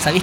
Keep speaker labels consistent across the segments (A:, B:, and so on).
A: sabes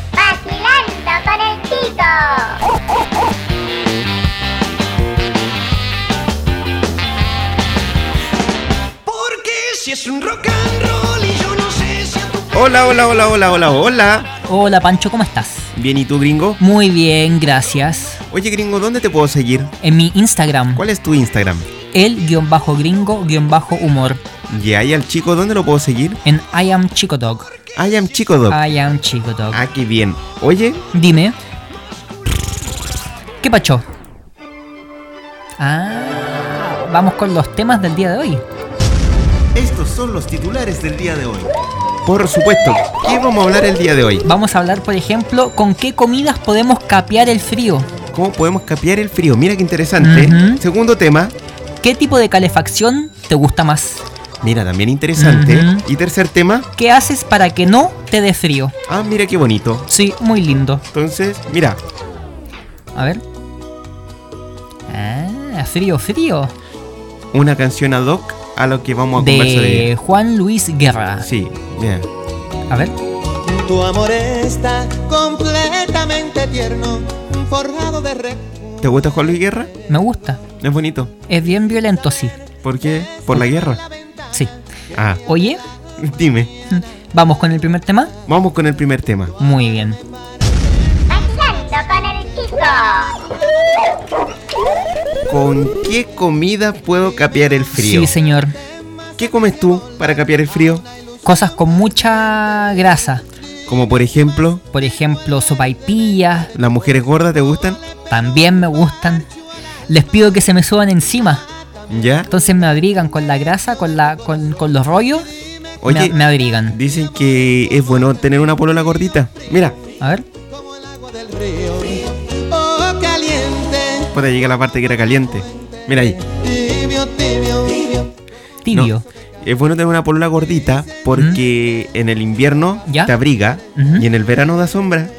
B: ¡Ah! Vacilando con el chico.
C: Porque si es un rock and roll y yo no sé si a tu
D: Hola, hola, hola, hola, hola, hola.
A: Hola, Pancho, ¿cómo estás?
D: Bien, ¿y tú, gringo?
A: Muy bien, gracias.
D: Oye, gringo, ¿dónde te puedo seguir?
A: En mi Instagram,
D: ¿Cuál es tu Instagram?
A: el-gringo-humor.
D: ¿Y ahí al chico dónde lo puedo seguir?
A: En I am Chico Dog.
D: I am Chico Dog.
A: I am Chico Dog.
D: Ah, qué bien. Oye,
A: Dime. ¿Qué pacho? Ah, vamos con los temas del día de hoy.
E: Estos son los titulares del día de hoy.
D: por supuesto, ¿qué vamos a hablar el día de hoy?
A: Vamos a hablar, por ejemplo, con qué comidas podemos capear el frío.
D: ¿Cómo podemos capear el frío? Mira qué interesante.
A: Ujú.
D: Segundo tema,
A: ¿Qué tipo de calefacción te gusta más?
D: mira, también interesante.
A: Ujú.
D: Y tercer tema,
A: ¿Qué haces para que no te dé frío?
D: ah, mira qué bonito.
A: Sí, muy lindo.
D: Entonces, mira,
A: A ver. Ah, frío, frío.
D: una canción ad hoc a lo que vamos a conversar
A: De
D: hoy.
A: Juan Luis Guerra.
D: Sí, bien.
A: A ver.
C: Tu amor está completamente tierno, forjado de
D: ¿Te gusta Juan Luis Guerra?
A: Me gusta.
D: Es bonito.
A: Es bien violento, sí.
D: ¿Por qué? Por la guerra.
A: Sí.
D: Ah,
A: Oye,
D: dime.
A: vamos con el primer tema.
D: Vamos con el primer tema.
A: Muy bien.
B: Vacilando con el chico.
D: ¿Con qué comida puedo capear el frío?
A: Sí, señor.
D: ¿Qué comes tú para capear el frío?
A: Cosas con mucha grasa.
D: Como por ejemplo,
A: Por ejemplo, sopaipillas.
D: ¿las mujeres gordas te gustan?
A: También me gustan. Les pido que se me suban encima.
D: ¿Ya?
A: Entonces me abrigan con la grasa, con, la, con, con los rollos.
D: Oye,
A: me, me abrigan.
D: dicen que es bueno tener una polola gordita. Mira,
A: A ver.
C: como el agua del río. Oh, caliente,
D: para llegar a la parte que era caliente. Mira ahí.
C: tibio, tibio, tibio.
A: Tibio.
D: Es bueno tener una polola gordita porque en el invierno
A: ¿Ya?
D: te abriga
A: Ujú.
D: y en el verano da sombra.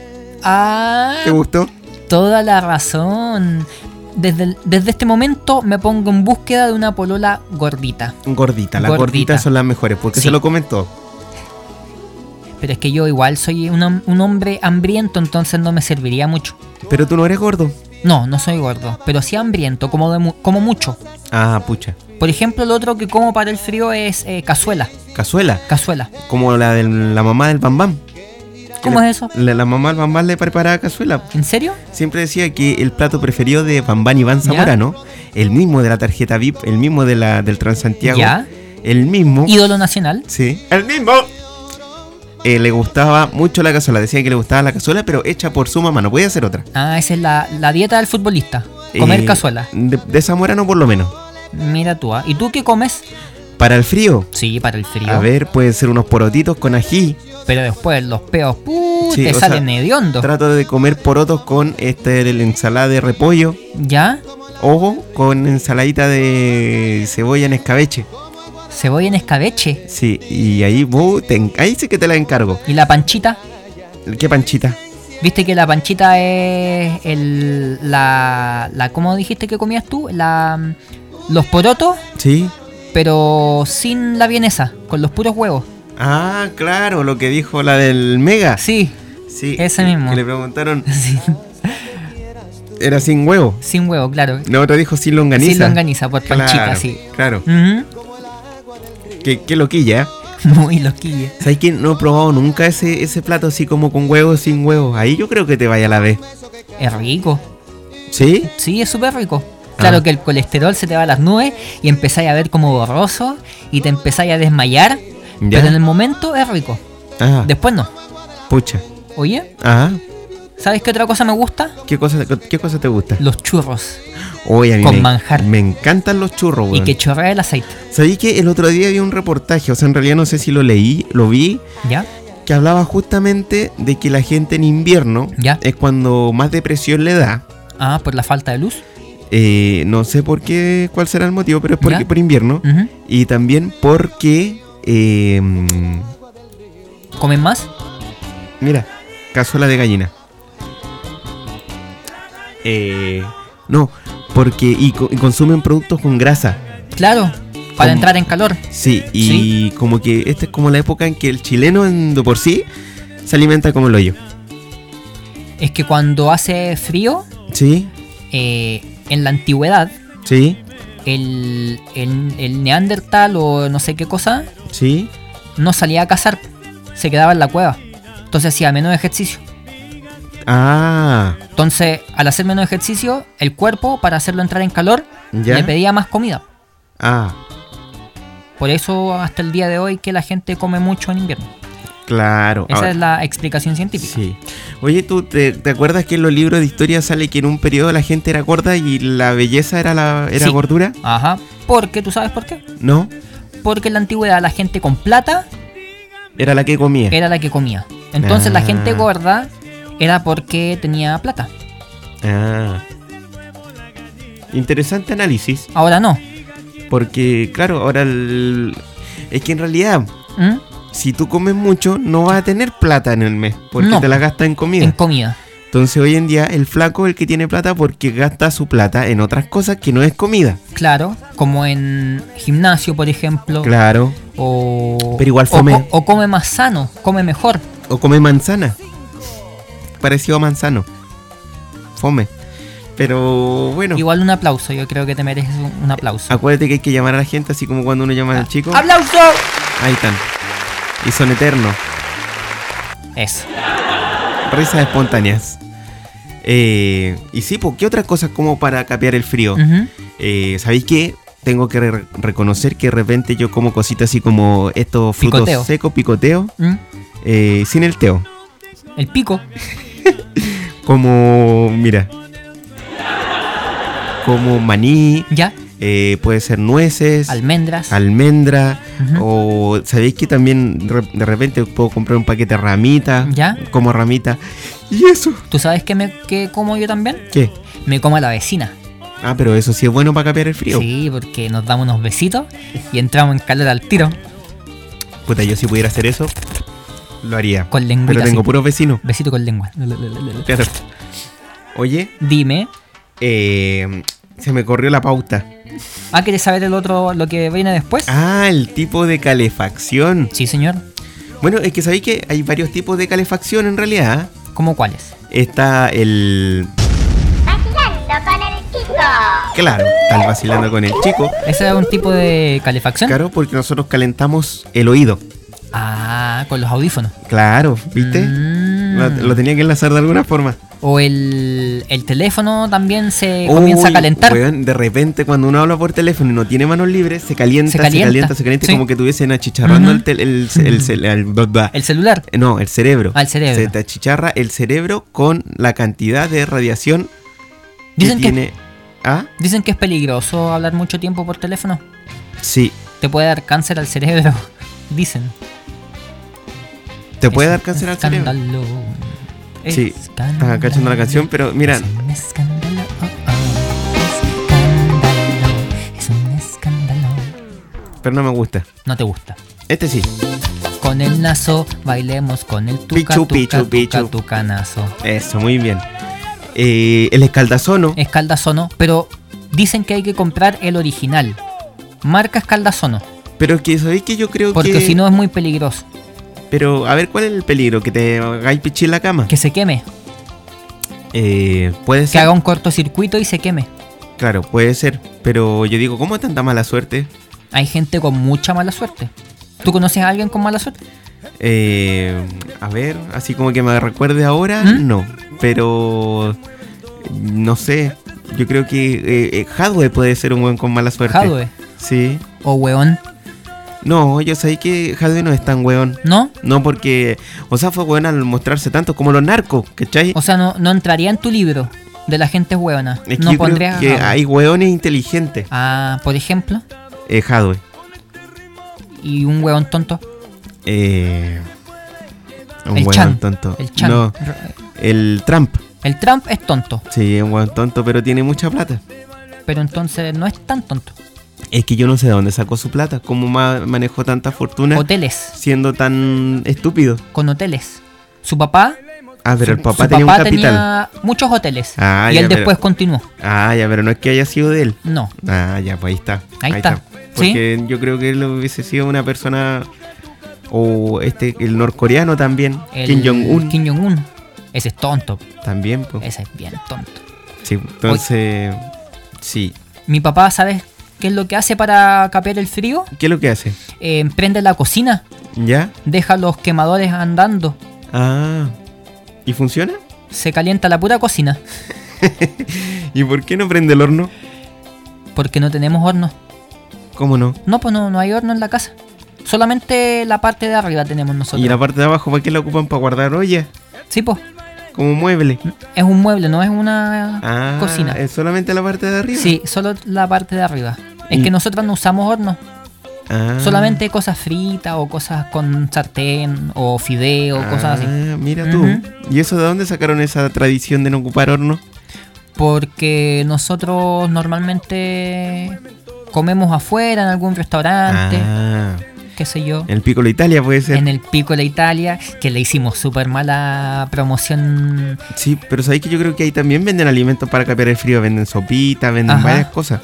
A: Ah,
D: ¿Te gustó?
A: toda la razón. Desde, el- desde este momento me pongo en búsqueda de una polola gordita.
D: Gordita, las
A: Gordita.
D: gorditas son las mejores porque
A: Sí.
D: se lo comentó.
A: Pero es que yo igual soy un, hom- un hombre hambriento, entonces no me serviría mucho.
D: Pero tú no eres gordo.
A: No, no soy gordo, pero sí hambriento, como, de mu- como mucho.
D: Ah, pucha.
A: Por ejemplo, lo otro que como para el frío es eh, cazuela.
D: Cazuela,
A: Cazuela.
D: como la de la mamá del Bambam.
A: ¿Cómo
D: Le-
A: es eso?
D: La, la mamá del Bambam le preparaba cazuela.
A: ¿En serio?
D: Siempre decía que el plato preferido de Bambán Iván
A: ¿Ya?
D: Zamorano, el mismo de la tarjeta VIP, el mismo de la, del Transantiago,
A: ¿Ya?
D: el mismo.
A: Ídolo nacional.
D: Sí. El mismo. Eh, le gustaba mucho la cazuela. Decía que le gustaba la cazuela, pero hecha por su mamá. No podía hacer otra.
A: Ah, esa es la, la dieta del futbolista. Comer
D: Eh,
A: cazuela.
D: De, de Zamorano, por lo menos.
A: Mira tú, ah. ¿y tú qué comes?
D: Para el frío.
A: Sí, para el frío.
D: A ver, pueden ser unos porotitos con ají.
A: Pero después los peos, ¡puh!
D: Sí,
A: te
D: o
A: salen
D: sea,
A: hediondos.
D: Trato de comer porotos con este, la ensalada de repollo.
A: ¿Ya?
D: Ojo, con ensaladita de cebolla en escabeche.
A: Cebolla en escabeche.
D: Sí, y ahí, vos te en- ahí sí que te la encargo.
A: ¿Y la panchita?
D: ¿Qué panchita?
A: ¿Viste que la panchita es el, la, la... ¿Cómo dijiste que comías tú? La, los porotos,
D: Sí.
A: pero sin la vienesa, con los puros huevos.
D: Ah, claro, lo que dijo la del Mega.
A: Sí,
D: Sí,
A: ese
D: que-
A: mismo.
D: Que le preguntaron,
A: sí,
D: ¿era sin huevo?
A: sin huevo, claro.
D: La otra dijo sin longaniza.
A: Sin longaniza, por panchita,
D: claro,
A: sí.
D: Claro,
A: Ujú,
D: qué, qué loquilla, ¿eh?
A: Muy loquilla.
D: ¿Sabes que no he probado nunca ese, ese plato así como con huevo, sin huevo? Ahí yo creo que te vaya a la vez.
A: Es rico.
D: ¿Sí?
A: Sí, es súper rico. Claro
D: Ah.
A: que el colesterol se te va a las nubes y empezáis a ver como borroso y te empezáis a desmayar.
D: Ya.
A: Pero en el momento es rico.
D: Ah,
A: Después no.
D: pucha.
A: Oye,
D: Ah,
A: ¿sabes qué otra cosa me gusta?
D: ¿qué cosa, qué cosa te gusta?
A: Los churros.
D: Oye, a mí
A: Con
D: me,
A: manjar.
D: me encantan los churros,
A: Y
D: weón.
A: que chorrea el aceite.
D: ¿Sabí que el otro día vi un reportaje? O sea, en realidad no sé si lo leí, lo vi,
A: ¿Ya?
D: que hablaba justamente de que la gente en invierno
A: Ya.
D: es cuando más depresión le da.
A: Ah, por la falta de luz.
D: Eh, no sé por qué, cuál será el motivo, pero es porque
A: Ya. Mm.
D: por invierno.
A: Ujú.
D: Y también porque, eh, mm,
A: ¿Comen más?
D: mira, cazuela de gallina. Eh, no, porque y, co- y consumen productos con grasa.
A: Claro, para
D: Com-
A: entrar en calor.
D: Sí, y como que esta es como la época en que el chileno en, de por sí se alimenta como el hoyo.
A: Es que cuando hace frío,
D: Sí,
A: eh, en la antigüedad,
D: sí,
A: el, el, el neandertal o no sé qué cosa
D: sí.
A: no salía a cazar, se quedaba en la cueva. Entonces hacía menos ejercicio.
D: Ah,
A: Entonces, al hacer menos ejercicio, el cuerpo, para hacerlo entrar en calor,
D: ya.
A: le pedía más comida.
D: Ah,
A: Por eso hasta el día de hoy que la gente come mucho en invierno.
D: claro.
A: Esa
D: ahora-
A: es la explicación científica.
D: Sí. Oye, ¿tú te, te acuerdas que en los libros de historia sale que en un periodo la gente era gorda y la belleza era la era
A: Sí.
D: gordura?
A: Ajá. Porque, ¿tú sabes por qué?
D: No,
A: Porque en la antigüedad la gente con plata
D: era la que comía.
A: era la que comía. Entonces la
D: Ah.
A: gente gorda era porque tenía plata.
D: Ah. Interesante análisis,
A: Ahora no.
D: porque claro, ahora el- es que en realidad
A: ¿Mm?
D: si tú comes mucho no vas a tener plata en el mes, porque
A: No.
D: te la gastas en comida.
A: En comida.
D: Entonces hoy en día el flaco es el que tiene plata porque gasta su plata en otras cosas que no es comida.
A: Claro. Como en gimnasio, por ejemplo.
D: Claro.
A: O,
D: Pero igual fome.
A: o co- o come más sano, come mejor.
D: O come manzana. Parecido a manzano. Fome. Pero bueno.
A: Igual un aplauso, yo creo que te mereces un, un aplauso.
D: Acuérdate que hay que llamar a la gente así como cuando uno llama
A: Ah,
D: al chico.
A: ¡Aplauso!
D: Ahí están. Y son eternos.
A: Eso.
D: Risas espontáneas. Eh, y sí, ¿por qué otras cosas como para capear el frío?
A: Ujú.
D: Eh, ¿Sabéis qué? Tengo que re- reconocer que de repente yo como cositas así como estos frutos
A: Picoteo.
D: secos, picoteo,
A: ¿Mm?
D: eh, sin el teo.
A: El pico.
D: Como, mira. Como maní,
A: Ya.
D: eh, puede ser nueces,
A: Almendras.
D: almendra,
A: Ujú.
D: o sabéis que también re- de repente puedo comprar un paquete de ramita,
A: Ya.
D: como ramita. ¿Y eso?
A: ¿Tú sabes que me que como yo también?
D: ¿Qué?
A: Me como a la vecina.
D: Ah, pero eso sí es bueno para capear el frío.
A: Sí, porque nos damos unos besitos y entramos en calor al tiro.
D: Puta, yo si pudiera hacer eso, lo haría.
A: Con lengüita.
D: Pero tengo
A: así.
D: puros vecinos.
A: Besito con lengua.
D: Claro. Oye,
A: Dime.
D: eh, se me corrió la pauta.
A: Ah, ¿quieres saber el otro, lo que viene después?
D: Ah, el tipo de calefacción.
A: Sí, señor.
D: Bueno, es que sabéis que hay varios tipos de calefacción en realidad. ¿eh?
A: ¿Cómo cuáles?
D: Está el.
B: Vacilando con el chico.
D: Claro, está el vacilando con el chico.
A: ¿Ese es un tipo de calefacción?
D: Claro, porque nosotros calentamos el oído.
A: Ah, con los audífonos.
D: Claro, ¿viste?
A: Mm.
D: Lo, lo tenía que enlazar de alguna forma.
A: O el, el teléfono también se comienza a
D: Uy,
A: calentar.
D: weón, de repente, cuando uno habla por teléfono y no tiene manos libres, se calienta, se
A: Se
D: calienta, se
A: calienta,
D: calienta,
A: sí.
D: como que tuviesen achicharrando
A: Ujú.
D: el, tel- el, el, el- el- bla, bla.
A: El celular.
D: Eh, No, el cerebro.
A: Ah, el cerebro.
D: Se te achicharra el cerebro con la cantidad de radiación que
A: Dicen que-
D: tiene. ¿Ah?
A: Dicen que es peligroso hablar mucho tiempo por teléfono.
D: Sí.
A: Te puede dar cáncer al cerebro. Dicen.
D: ¿Te puede dar cáncer al cerebro?
A: cerebro?
D: Sí, estaba cachando la canción, pero mira.
A: Es un escándalo. oh, oh. Escándalo. Es un escándalo.
D: Pero no me gusta.
A: No te gusta.
D: Este sí.
A: Con el nazo bailemos con el tuca,
D: Pichu,
A: tuca,
D: pichu,
A: tuca,
D: pichu.
A: tucanazo.
D: Eso, muy bien. Eh, el escaldazono.
A: Es caldazono, pero dicen que hay que comprar el original. Marca es caldazono,
D: Pero es que sabéis que yo creo
A: porque
D: que.
A: si no es muy peligroso.
D: Pero a ver, ¿cuál es el peligro? ¿Que te hagáis pichir la cama?
A: Que se queme,
D: Eh, puede
A: que
D: ser.
A: haga un cortocircuito y se queme.
D: Claro, puede ser. Pero yo digo, ¿cómo tanta mala suerte?
A: Hay gente con mucha mala suerte. ¿Tú conoces a alguien con mala suerte?
D: Eh, a ver, así como que me recuerde ahora,
A: ¿Mm?
D: no. Pero. No sé. Yo creo que eh, eh, Hadwe puede ser un weón con mala suerte.
A: Jadwe.
D: Sí.
A: O weón.
D: No, yo sabía que Hadwe no es tan weón.
A: ¿No?
D: No porque, o sea, fue weón al mostrarse tanto como los narcos, ¿cachai?
A: O sea, no, no entraría en tu libro de la gente huevona.
D: Es que
A: No
D: yo creo
A: pondrías a
D: que
A: Jadwe.
D: hay weones inteligentes.
A: Ah, por ejemplo.
D: Eh, Hadwe.
A: Y un huevón tonto.
D: Eh, un
A: El
D: weón
A: Chan.
D: tonto.
A: El Chan.
D: No, el Trump.
A: El Trump es tonto.
D: Sí, es un weón tonto, pero tiene mucha plata.
A: Pero entonces no es tan tonto.
D: Es que yo no sé de dónde sacó su plata, cómo ma- manejó tanta fortuna
A: Hoteles.
D: siendo tan estúpido.
A: Con hoteles. Su papá.
D: Ah, pero
A: su-
D: el papá
A: su
D: tenía
A: papá
D: un capital.
A: tenía muchos hoteles.
D: Ah,
A: y
D: ya,
A: él
D: pero-
A: después continuó.
D: Ah, ya, pero no es que haya sido de él.
A: No.
D: Ah, ya, pues ahí está.
A: Ahí está. ¿Sí?
D: Porque yo creo que él hubiese sido una persona. O este, el norcoreano también.
A: El-
D: Kim Jong-un.
A: Kim Jong-un. Ese es tonto.
D: También, pues.
A: Ese es bien tonto.
D: Sí, entonces. Sí.
A: Mi papá, ¿sabes qué es lo que hace para capear el frío?
D: ¿Qué es lo que hace?
A: Eh, prende la cocina.
D: ¿Ya?
A: Deja los quemadores andando.
D: Ah. ¿Y funciona?
A: Se calienta la pura cocina.
D: ¿Y por qué no prende el horno?
A: Porque no tenemos horno.
D: ¿Cómo no?
A: No, pues no, no hay horno en la casa. Solamente la parte de arriba tenemos nosotros.
D: ¿Y la parte de abajo para qué la ocupan? ¿Para guardar olla?
A: Sí, pues.
D: Como mueble.
A: Es un mueble, no es una
D: Ah,
A: cocina.
D: ¿es solamente la parte de arriba?
A: Sí, solo la parte de arriba. Es
D: Y-
A: que nosotros no usamos horno.
D: Mm. Ah.
A: Solamente cosas fritas o cosas con sartén o fideo, cosas así.
D: Ah, mira tú.
A: Ujú.
D: ¿Y eso de dónde sacaron esa tradición de no ocupar horno?
A: Porque nosotros normalmente comemos afuera en algún restaurante,
D: Ah,
A: qué sé yo.
D: el Piccolo Italia puede ser.
A: En el pico de la Italia, que le hicimos súper mala promoción.
D: Sí, pero sabéis que yo creo que ahí también venden alimentos para capear el frío. Venden sopitas, venden
A: Ajá.
D: varias cosas.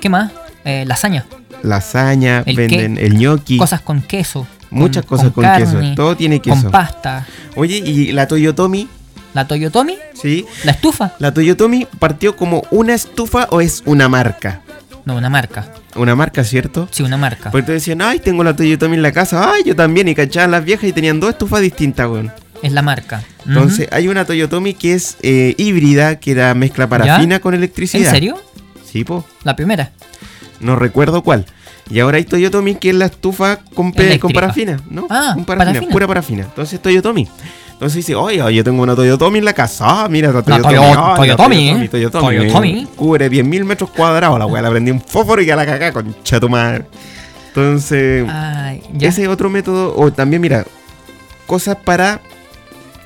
A: ¿Qué más? Eh, lasaña,
D: Lasaña,
A: ¿El
D: venden el ñoqui.
A: cosas con queso. con-
D: muchas cosas con,
A: carne,
D: queso. Todo tiene queso.
A: Con pasta.
D: Oye, y la Toyotomi,
A: La Toyotomi,
D: ¿sí?
A: la estufa.
D: La Toyotomi partió como una estufa o es una marca.
A: No, una marca.
D: Una marca, ¿cierto?
A: Sí, una marca.
D: Pues entonces decían, ay, tengo la Toyotomi en la casa, ay, yo también. Y cachaban las viejas y tenían dos estufas distintas, weón.
A: es la marca. Ujú.
D: Entonces, hay una Toyotomi que es eh, híbrida, que era mezcla parafina con
A: ¿En
D: electricidad.
A: serio?
D: Sí, po.
A: La primera.
D: No recuerdo cuál. Y ahora hay Toyotomi que es la estufa con, pe-
A: Eléctrica.
D: con parafina, ¿no?
A: Ah,
D: Con parafina,
A: parafina.
D: pura parafina. Entonces, Toyotomi. Entonces dice, oye, yo tengo una Toyotomi en la casa. Ah, mira, la Toyotomi.
A: Toyo-
D: Ah, la
A: Toyotomi, ¿eh?
D: Toyotomi.
A: Toyotomi.
D: Cubre 10.000 metros cuadrados. La weá la prendí un fósforo y ya la cagá, concha tu madre. Entonces,
A: Ay, ya.
D: Mm. ese es otro método. O también, mira, cosas para.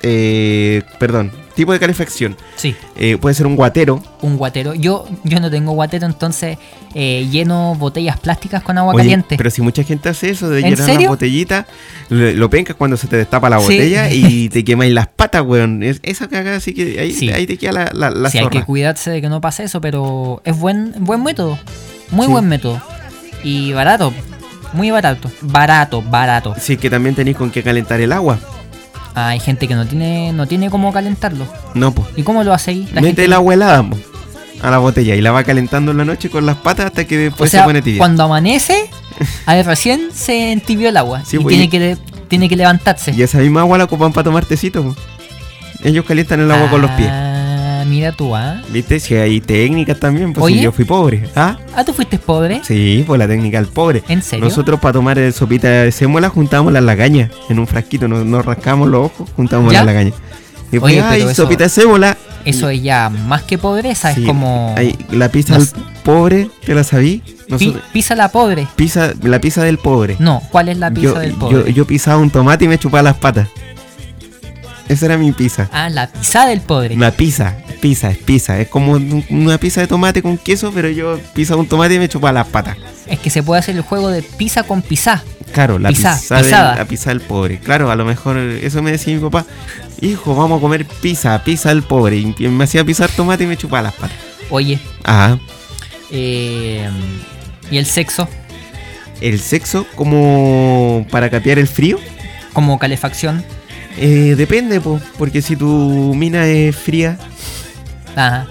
D: eh, perdón, tipo de calefacción.
A: Sí,
D: Eh, puede ser un guatero.
A: un guatero. Yo, yo no tengo guatero, entonces eh, lleno botellas plásticas con agua
D: Oye,
A: caliente.
D: Pero si mucha gente hace eso de
A: ¿En
D: llenar
A: serio?
D: una botellita, lo, lo pencas cuando se te destapa la
A: Sí.
D: botella y te quemáis las patas, weón. Es- esa cagada sí que ahí,
A: Sí.
D: ahí te queda la, la, la
A: sí, hay
D: zorra.
A: que cuidarse de que no pase eso, pero es buen, buen método. Muy
D: Sí.
A: buen método. Y barato. Muy barato. Barato, barato.
D: Sí, que también tenéis con qué calentar el agua.
A: hay gente que no tiene, no tiene cómo calentarlo.
D: No, pues.
A: ¿Y cómo lo hacéis? La gente-
D: Mete el agua helada po, a la botella y la va calentando en la noche con las patas hasta que
A: O
D: después
A: sea,
D: se pone tibia.
A: cuando amanece, a ver, recién se entibió el agua.
D: Sí,
A: y
D: pues, y-
A: tiene que, le- tiene que levantarse.
D: Y esa misma agua la ocupan para tomar tecito. po. Ellos calientan el agua con los pies.
A: Ah, mira tú, ¿ah?
D: ¿Viste? Si hay técnicas también, pues
A: Oye.
D: si yo fui pobre. ¿Ah?
A: Ah, tú fuiste pobre.
D: Sí, pues la técnica del pobre.
A: ¿En serio?
D: Nosotros para tomar eh, sopita de sémola juntábamos las lagañas en un frasquito, nos, nos rascamos los ojos, juntábamos
A: ¿Ya?
D: las lagañas. Y después,
A: Oye,
D: ay,
A: pero eso-
D: sopita de sémola.
A: Eso es ya más que pobreza,
D: Sí,
A: es como
D: ay, la pizza
A: Nos-
D: del pobre, ¿te la sabí?
A: pi-
D: Nosotros,
A: pisa la pobre.
D: pizza, la pizza del pobre.
A: No, ¿cuál es la pizza
D: yo,
A: del pobre?
D: Yo, yo pisaba un tomate y me chupaba las patas. Esa era mi pizza.
A: Ah, la pizza del pobre.
D: Una pizza, pizza, es pizza. Es como un- una pizza de tomate con queso, pero yo pisaba un tomate y me chupaba las patas.
A: Es que se puede hacer el juego de pizza con pizza.
D: Claro, la
A: Pizá,
D: pizza, del,
A: pisada.
D: la pizza del pobre. Claro, a lo mejor eso me decía mi papá. Hijo, vamos a comer pizza, pizza del pobre. Y me hacía pisar tomate y me chupaba las patas.
A: Oye,
D: Ah,
A: eh, ¿y el sexo?
D: el sexo como para capear el frío.
A: Como calefacción.
D: Eh, depende, po, porque si tu mina es fría,
A: Ajá.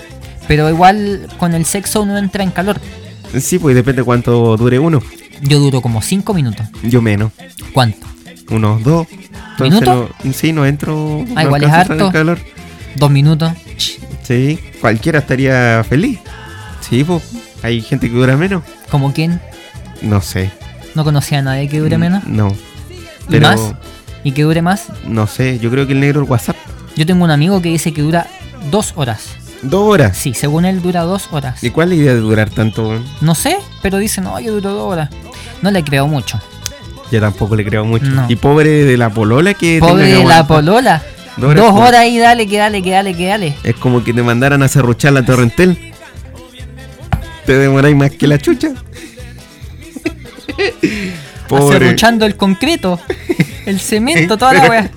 A: Pero igual con el sexo uno entra en calor.
D: sí, pues depende cuánto dure uno.
A: Yo duro como 5 minutos.
D: Yo menos,
A: ¿Cuánto?
D: unos dos. Entonces
A: ¿Minuto?
D: no- sí, no entro.
A: Ah,
D: no
A: igual es
D: alcanzo a entrar en
A: harto.
D: calor.
A: dos minutos. Ch,
D: Sí, cualquiera estaría feliz. Sí, pues, hay gente que dura menos.
A: Como quien
D: No sé. Mm,
A: no conocía a nadie que dure menos.
D: No.
A: ¿Y más? ¿Y que dure más?
D: no sé, yo creo que el negro el WhatsApp.
A: Yo tengo un amigo que dice que dura dos horas.
D: Dos horas.
A: Sí, según él dura dos horas.
D: ¿Y cuál es la idea de durar tanto? weón?
A: No sé, pero dice, no, yo duro dos horas. No le creo mucho.
D: Yo tampoco le creo mucho.
A: No.
D: Y pobre de la polola que tenga
A: Pobre
D: que
A: de la
D: aguantar.
A: polola.
D: Dos horas
A: Dos
D: por-
A: horas y dale, que dale, que dale, que dale.
D: Es como que te mandaran a cerruchar la torrentel. Te demoráis más que la chucha. pobre.
A: Acerruchando el concreto, el cemento, toda la wea.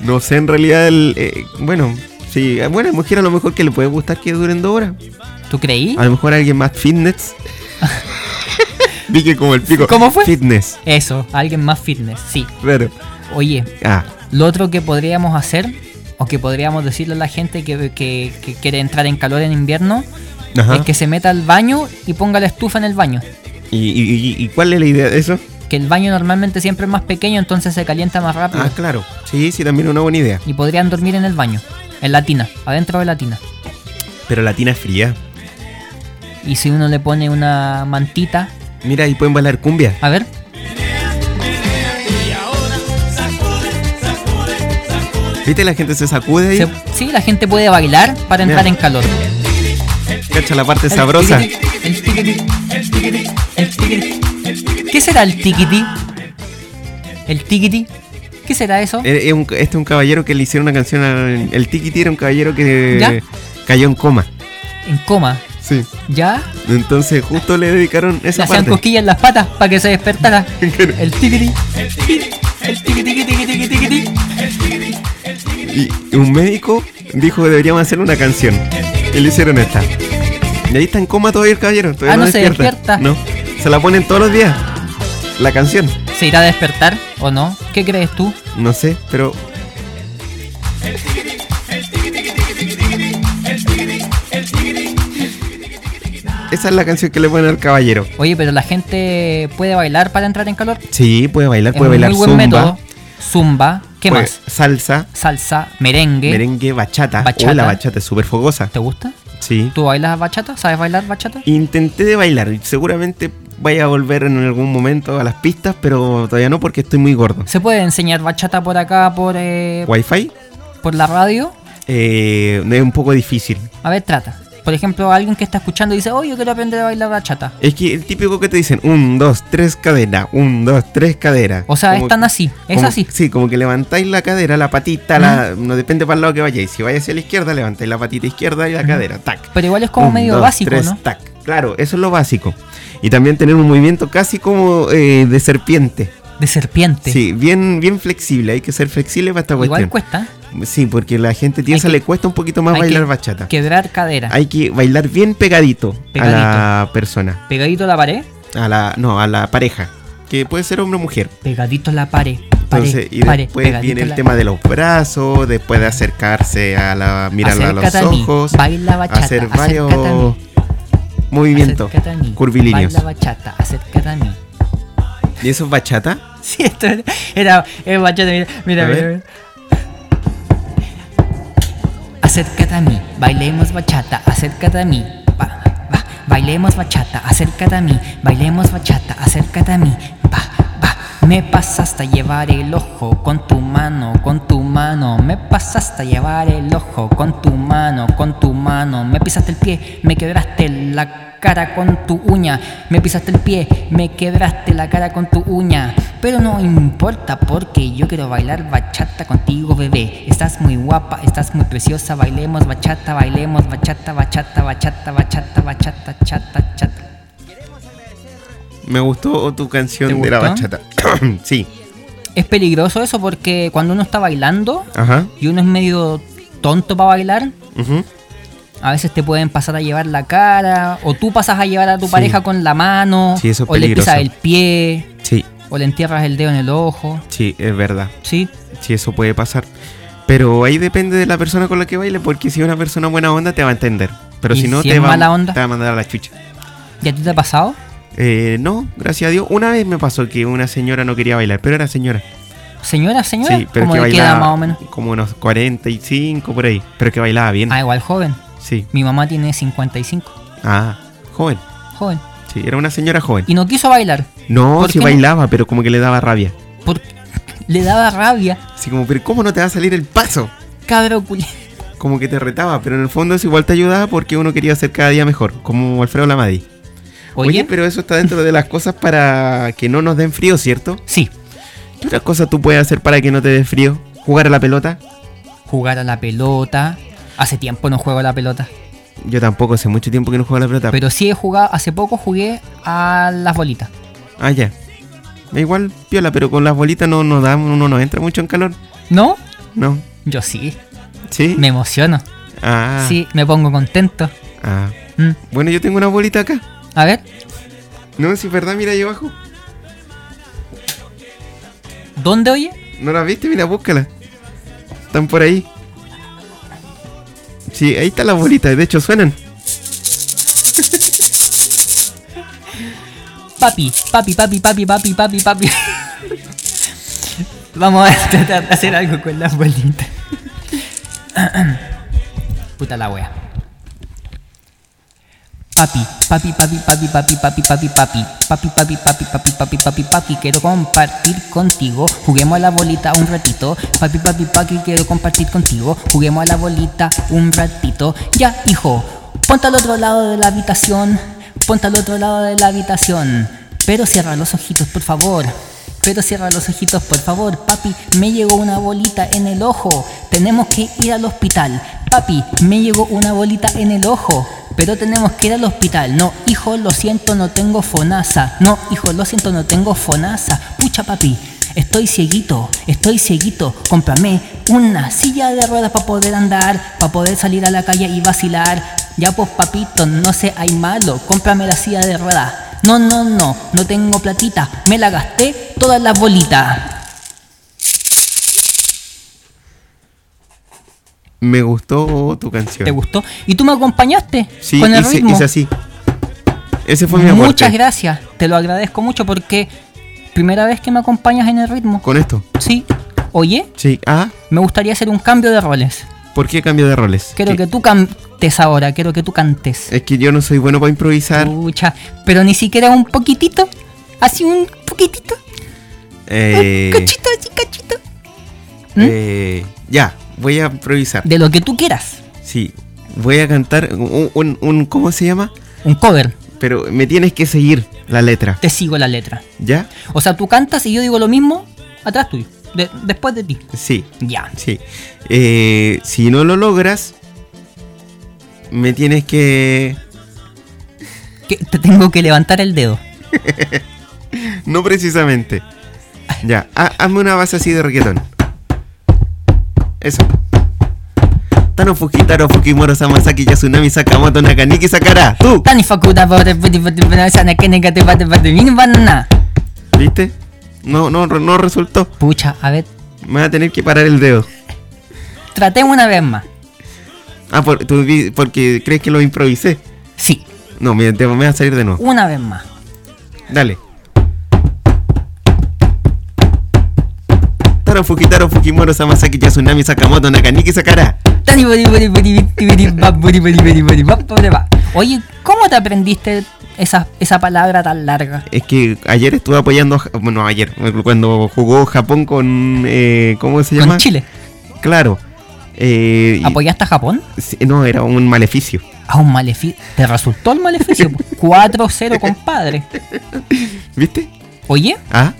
D: No sé, en realidad, el, eh, bueno, sí, eh, bueno, hay mujeres a lo mejor que le puede gustar que duren dos horas.
A: ¿Tú creí?
D: A lo mejor alguien más fitness. Dije como el pico.
A: ¿Cómo fue?
D: Fitness.
A: Eso, alguien más fitness, sí.
D: Pero,
A: Oye,
D: ah,
A: Lo otro que podríamos hacer, o que podríamos decirle a la gente que, que- que quiere entrar en calor en invierno,
D: ajá.
A: es que se meta al baño y ponga la estufa en el baño.
D: ¿Y, y- y- y cuál es la idea de eso?
A: Que el baño normalmente siempre es más pequeño, entonces se calienta más rápido.
D: Ah, claro. Sí, sí, también es una buena idea.
A: Y podrían dormir en el baño, en la tina, adentro de la tina.
D: Pero la tina es fría.
A: Y si uno le pone una mantita,
D: Mira, ahí pueden bailar cumbia.
A: a ver,
D: ¿Viste? La gente se sacude ahí.
A: se- sí, la gente puede bailar para entrar en
D: Mira.
A: calor.
D: Cacha la parte
A: El
D: sabrosa.
A: tiquití, el tiquití, el tiquití, el tiquití. ¿Qué será el tiquití? ¿El tiquití? ¿Qué será eso?
D: Eh, eh, un- este es un caballero que le hicieron una canción. a- el Tiki era un caballero que
A: ¿Ya?
D: cayó en coma.
A: En coma.
D: Sí.
A: ¿Ya?
D: Entonces justo le dedicaron
A: Le
D: esa
A: hacían
D: parte.
A: cosquillas en las patas para que se despertara. El tiquití. El tiquití, el tiquití, tiquití, tiquití, tiquití.
D: Y un médico dijo que deberíamos hacer una canción. Y le hicieron esta. Y ahí está en coma todavía el caballero. Todavía
A: Ah, no se despierta.
D: No. Se la ponen todos los días. La canción.
A: ¿Se irá a despertar o no? ¿Qué crees tú?
D: No sé, pero. Esa es la canción que le ponen al caballero.
A: Oye, pero la gente puede bailar para entrar en calor.
D: Sí, puede bailar,
A: Es
D: puede
A: un
D: bailar
A: muy buen
D: zumba,
A: método. Zumba. ¿Qué
D: puede-
A: más?
D: Salsa,
A: Salsa, merengue.
D: merengue, bachata.
A: Bachata.
D: Uy, la bachata es súper fogosa.
A: ¿Te gusta?
D: Sí.
A: ¿Tú bailas bachata? ¿Sabes bailar bachata?
D: Intenté de bailar y seguramente vaya a volver en algún momento a las pistas, pero todavía no porque estoy muy gordo.
A: ¿Se puede enseñar bachata por acá, por, eh,
D: Wi-Fi
A: por la radio?
D: eh, es un poco difícil.
A: A ver, trata. Por ejemplo, alguien que está escuchando dice, oh, yo quiero aprender a bailar bachata.
D: Es que el típico que te dicen, un, dos, tres, cadera, un, dos, tres, cadera.
A: O sea,
D: Como-
A: es tan así, es
D: como-
A: así.
D: Sí, como que levantáis la cadera, la patita, la, no depende para el lado que vayáis. Si vais hacia la izquierda, levantáis la patita izquierda y la cadera, tac.
A: Pero igual es como
D: Un,
A: medio
D: dos,
A: básico,
D: tres,
A: ¿no?
D: tac. Claro, eso es lo básico. Y también tener un movimiento casi como eh, de serpiente.
A: De serpiente.
D: Sí, bien, bien flexible. Hay que ser flexible para esta
A: igual
D: cuestión.
A: cuesta
D: Sí, porque la gente tiesa
A: que-
D: le cuesta un poquito más
A: hay
D: bailar
A: que-
D: bachata.
A: quebrar cadera.
D: Hay que bailar bien pegadito, a la
A: Pegadito.
D: persona,
A: Pegadito a la pared.
D: a la no, a la pareja, que puede ser hombre o mujer.
A: Pegadito a la pared. pared,
D: Entonces, y
A: pared,
D: después
A: pegadito
D: viene
A: a
D: el
A: la-
D: tema de los brazos, después de acercarse a la mirarla a los
A: Acércate a mí,
D: ojos,
A: baila bachata,
D: hacer
A: acércate a
D: varios movimientos
A: Acércate a mí,
D: curvilíneos.
A: Baila bachata, acércate a mí.
D: ¿Y eso es bachata?
A: Sí, esto era, era, era bachata, mira, mira, mira,
D: A ver.
A: mira. Acércate a mí, bailemos bachata, acércate a mí. Va, va, bailemos bachata, acércate a mí, bailemos bachata, acércate a mí. Va, va, me pasaste a llevar el ojo con tu mano, con tu mano. Me pasaste a llevar el ojo con tu mano, con tu mano. Me pisaste el pie, me quebraste la cara con tu uña. Me pisaste el pie, me quebraste la cara con tu uña. Pero no importa porque yo quiero bailar bachata contigo, bebé. Estás muy guapa, estás muy preciosa. Bailemos bachata, bailemos bachata, bachata, bachata, bachata, bachata, chata, chata.
D: Me gustó tu
A: ¿Te
D: canción de la
A: gustó?
D: bachata. sí.
A: Es peligroso eso porque cuando uno está bailando
D: Ajá.
A: y uno es medio tonto para bailar,
D: ujú.
A: a veces te pueden pasar a llevar la cara o tú pasas a llevar a tu
D: Sí.
A: pareja con la mano
D: Sí, eso es
A: o le pisas
D: peligroso.
A: el pie
D: Sí,
A: o le entierras el dedo en el ojo.
D: sí, es verdad.
A: Sí,
D: Sí, eso puede pasar. Pero ahí depende de la persona con la que baile, porque si es una persona buena onda te va a entender. Pero
A: ¿Y
D: si no,
A: si
D: te,
A: es
D: va,
A: mala onda?
D: te va a mandar a la chucha.
A: ¿Y a ti te ha pasado?
D: Eh, no, gracias a Dios. Una vez me pasó que una señora no quería bailar, pero era señora.
A: señora, señora,
D: Sí, pero
A: como
D: que
A: le queda
D: bailaba
A: más o menos.
D: como unos 45 por ahí. Pero que bailaba bien.
A: Ah, igual joven.
D: Sí.
A: Mi mamá tiene 55,
D: Ah, joven.
A: joven.
D: Sí, era una señora joven.
A: Y no quiso bailar.
D: No,
A: ¿Por
D: sí
A: qué no?
D: bailaba, pero como que le daba rabia.
A: Porque le daba rabia.
D: Así como, pero ¿cómo no te va a salir el paso?
A: Cabro culi.
D: Como que te retaba, pero en el fondo eso igual te ayudaba porque uno quería hacer cada día mejor, como Alfredo Lamadi. Oye,
A: Oye,
D: pero eso está dentro de las cosas para que no nos den frío, ¿cierto?
A: sí,
D: ¿Qué otras cosas tú puedes hacer para que no te dé frío? ¿Jugar a la pelota?
A: jugar a la pelota. Hace tiempo no juego a la pelota.
D: Yo tampoco, hace mucho tiempo que no juego a la pelota.
A: Pero sí he jugado, hace poco jugué a las bolitas.
D: Ah, ya. Da Igual, piola, pero con las bolitas no nos da, uno no entra mucho en calor.
A: ¿No?
D: No.
A: Yo sí,
D: ¿Sí?
A: me emociono.
D: Ah.
A: Sí, me pongo contento.
D: Ah.
A: Mm.
D: Bueno, yo tengo una bolita acá.
A: A ver,
D: No, si es verdad, mira ahí abajo.
A: ¿dónde oye?
D: ¿No la viste? Mira, búscala. Están por ahí. Sí, ahí está la bolita. De hecho, suenan.
A: Papi, papi, papi, papi, papi, papi, papi. Vamos a tratar de hacer algo con las bolitas. Puta la wea. Papi, papi, papi, papi, papi, papi, papi, papi, papi, papi, papi, papi, papi, papi, papi, quiero compartir contigo. Juguemos a la bolita un ratito. Papi, papi, papi, quiero compartir contigo. Juguemos a la bolita un ratito. Ya, hijo, ponte al otro lado de la habitación. Ponte al otro lado de la habitación. Pero cierra los ojitos, por favor. Pero cierra los ojitos, por favor. Papi, me llegó una bolita en el ojo. Tenemos que ir al hospital. Papi, me llegó una bolita en el ojo. Pero tenemos que ir al hospital. No, hijo, lo siento, no tengo fonasa. No, hijo, lo siento, no tengo fonasa. Pucha, papi, estoy cieguito, estoy cieguito. Cómprame una silla de ruedas para poder andar, para poder salir a la calle y vacilar. Ya pues, papito, no sé, hay malo. Cómprame la silla de ruedas. No, no, no, no tengo platita. Me la gasté todas las bolitas.
D: Me gustó tu canción.
A: ¿Te gustó? ¿Y tú me acompañaste
D: Sí,
A: con el
D: hice,
A: ritmo?
D: hice así. Ese fue mi aporte.
A: Muchas gracias, te lo agradezco mucho porque primera vez que me acompañas en el ritmo.
D: Con esto.
A: Sí, oye,
D: Sí. Ah,
A: me gustaría hacer un cambio de roles.
D: ¿por qué cambio de roles?
A: Quiero
D: ¿Qué?
A: que tú cantes ahora, quiero que Oh. tú cantes.
D: Es que yo no soy bueno para improvisar.
A: Pucha, pero ni siquiera un poquitito, así un poquitito,
D: Eh,
A: un cachito, así cachito. ¿Mm?
D: eh, ya, voy a improvisar.
A: De lo que tú quieras,
D: Sí, voy a cantar un, un- un- ¿Cómo se llama?
A: un cover,
D: Pero me tienes que seguir la letra.
A: te sigo la letra.
D: ¿Ya?
A: O sea, tú cantas y yo digo lo mismo atrás tuyo, de- después de ti.
D: Sí,
A: Ya,
D: sí. Eh, si no lo logras, me tienes que...
A: que te tengo que levantar el dedo.
D: No precisamente. Ya, ha- hazme una base así de reggaetón. Eso. Tano Fujitaro Fukimoro Samasaki Yasunami Sakamoto Nakaniki Sakara. ¡Tú!
A: Tani facultad, pobre, puti, puti, puti, sana, que nega, te va, te va, te viene, banana.
D: ¿Viste? No, no, no resultó.
A: Pucha, a ver,
D: Me va a tener que parar el dedo.
A: tratemos una vez más.
D: Ah, por- tú di- porque crees que lo improvisé.
A: Sí,
D: No, mira, te, me va a salir de nuevo.
A: una vez más.
D: Dale. Taro Fujitaro Fukimoro Samasaki Yasunami Sakamoto Nakaniki Sakara.
A: Tani, bori, bori, bori, biti, biri, bap, bori, bori, bori, bori, bap, bori, bap. Oye, ¿cómo te aprendiste esa, esa palabra tan larga?
D: Es que ayer estuve apoyando, a Ja- bueno, ayer, cuando jugó Japón con, eh, ¿cómo se llama?
A: Con Chile.
D: Claro. Eh, y-
A: ¿Apoyaste a Japón?
D: sí, no, era un maleficio.
A: A un maleficio. ¿Te resultó el maleficio? 4-0, compadre.
D: ¿Viste?
A: Oye,
D: Ah,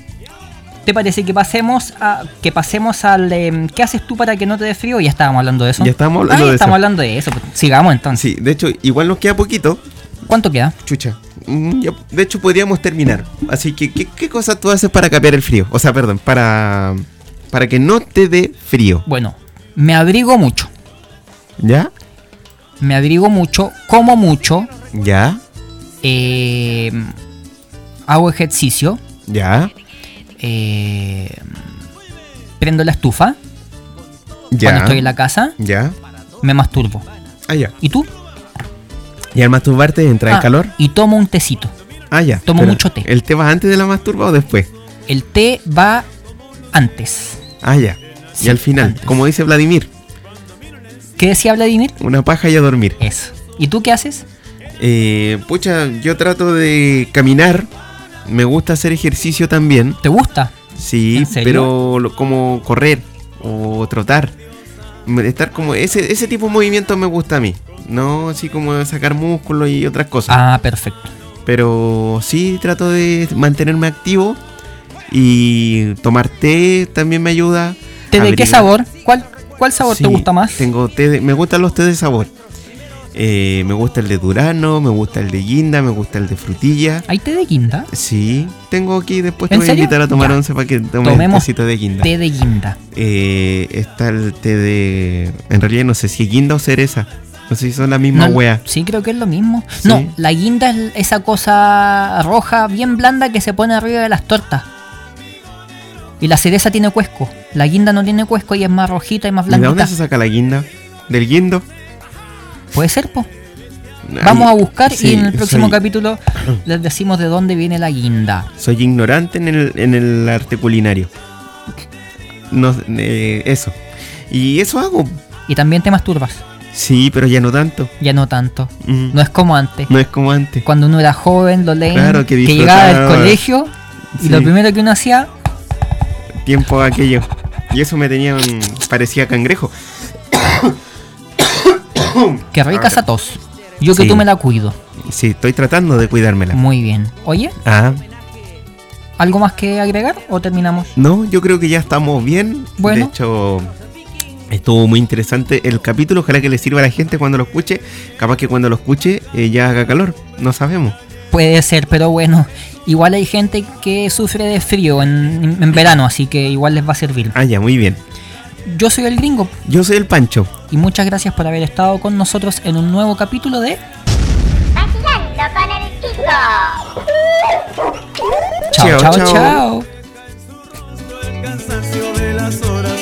A: ¿te parece que pasemos a que pasemos al em, ¿qué haces tú para que no te dé frío? Ya estábamos hablando de eso.
D: Ya estábamos hablando
A: Ah,
D: de
A: estamos
D: eso.
A: hablando de eso. pues. Sigamos entonces.
D: sí. De hecho, igual nos queda poquito.
A: ¿Cuánto queda?
D: Chucha. Mm, ya- de hecho, podríamos terminar. Así que, ¿qué, qué cosas tú haces para capear el frío? O sea, perdón, para, para que no te dé frío.
A: Bueno, me abrigo mucho.
D: ¿Ya?
A: Me abrigo mucho, como mucho,
D: ¿Ya?
A: eh, hago ejercicio,
D: ¿Ya?
A: eh, prendo la estufa
D: ¿Ya?
A: cuando estoy en la casa,
D: ¿Ya?
A: me masturbo.
D: Ah, ya.
A: ¿Y tú?
D: ¿Y al masturbarte entra en
A: Ah,
D: calor?
A: Y tomo un tecito.
D: Ah, ya.
A: Tomo
D: Pero,
A: mucho té.
D: ¿El té va antes de la masturba o después?
A: El té va antes.
D: Ah, ya.
A: Sí,
D: y al final,
A: antes.
D: como dice Vladimir,
A: ¿Qué decía Vladimir?
D: una paja y a dormir.
A: Eso. ¿Y tú qué haces?
D: Eh, pucha, yo trato de caminar. Me gusta hacer ejercicio también.
A: ¿Te gusta?
D: Sí,
A: ¿En serio?
D: pero lo- como correr o trotar. Me- Estar como ese, ese tipo de movimiento me gusta a mí. No así como sacar músculo y otras cosas.
A: Ah, perfecto.
D: Pero sí trato de mantenerme activo y tomar té también me ayuda.
A: ¿Té de qué
D: Abrigar-
A: sabor? ¿Cuál, cuál sabor te
D: Sí,
A: gusta más?
D: Tengo té de- me gustan los té de sabor. Eh, me gusta el de durano, me gusta el de guinda, me gusta el de frutilla.
A: ¿Hay té de guinda?
D: Sí, tengo aquí, después te
A: ¿En
D: voy
A: serio?
D: a invitar a tomar
A: Ya.
D: once para que tomes un
A: Tomemos
D: tecito de guinda.
A: Té de guinda.
D: Eh, está el té de... En realidad no sé si es guinda o cereza. No sé si son la misma
A: No,
D: wea.
A: Sí, creo que es lo mismo.
D: Sí.
A: No, la guinda es esa cosa roja bien blanda que se pone arriba de las tortas. Y la cereza tiene cuesco. La guinda no tiene cuesco y es más rojita y más
D: ¿Y de
A: blandita.
D: dónde se saca la guinda? ¿Del guindo?
A: Puede ser, po.
D: Ay,
A: Vamos a buscar y
D: sí,
A: en el próximo
D: soy-
A: capítulo les decimos de dónde viene la guinda.
D: Soy ignorante en el, en el arte culinario. No, eh, eso. Y eso hago.
A: Y también te masturbas.
D: Sí, pero ya no tanto.
A: Ya no tanto.
D: Mm,
A: No es como antes.
D: no es como antes.
A: Cuando uno era joven, lo leen,
D: Claro,
A: que,
D: que
A: llegaba del
D: disfrutaba.
A: colegio y
D: Sí.
A: lo primero que uno hacía,
D: Tiempo aquello. Y eso me tenía... un- parecía cangrejo.
A: que rica esa tos. Yo que
D: Sí.
A: tú me la cuido.
D: Sí, estoy tratando de cuidármela.
A: Muy bien. Oye,
D: Ah,
A: ¿algo más que agregar o terminamos?
D: No, yo creo que ya estamos bien.
A: Bueno.
D: De hecho, estuvo muy interesante el capítulo. Ojalá que le sirva a la gente cuando lo escuche. Capaz que cuando lo escuche eh, ya haga calor. No sabemos.
A: Puede ser, pero bueno, igual hay gente que sufre de frío en, en verano, así que igual les va a servir.
D: Ah, ya, muy bien.
A: Yo soy el gringo
D: Yo soy el Pancho.
A: y muchas gracias por haber estado con nosotros en un nuevo capítulo de...
B: Vacilando con el chico.
A: Chao,
D: Chao,
A: chao,
D: chao.
A: chao.
F: el cansancio de las horas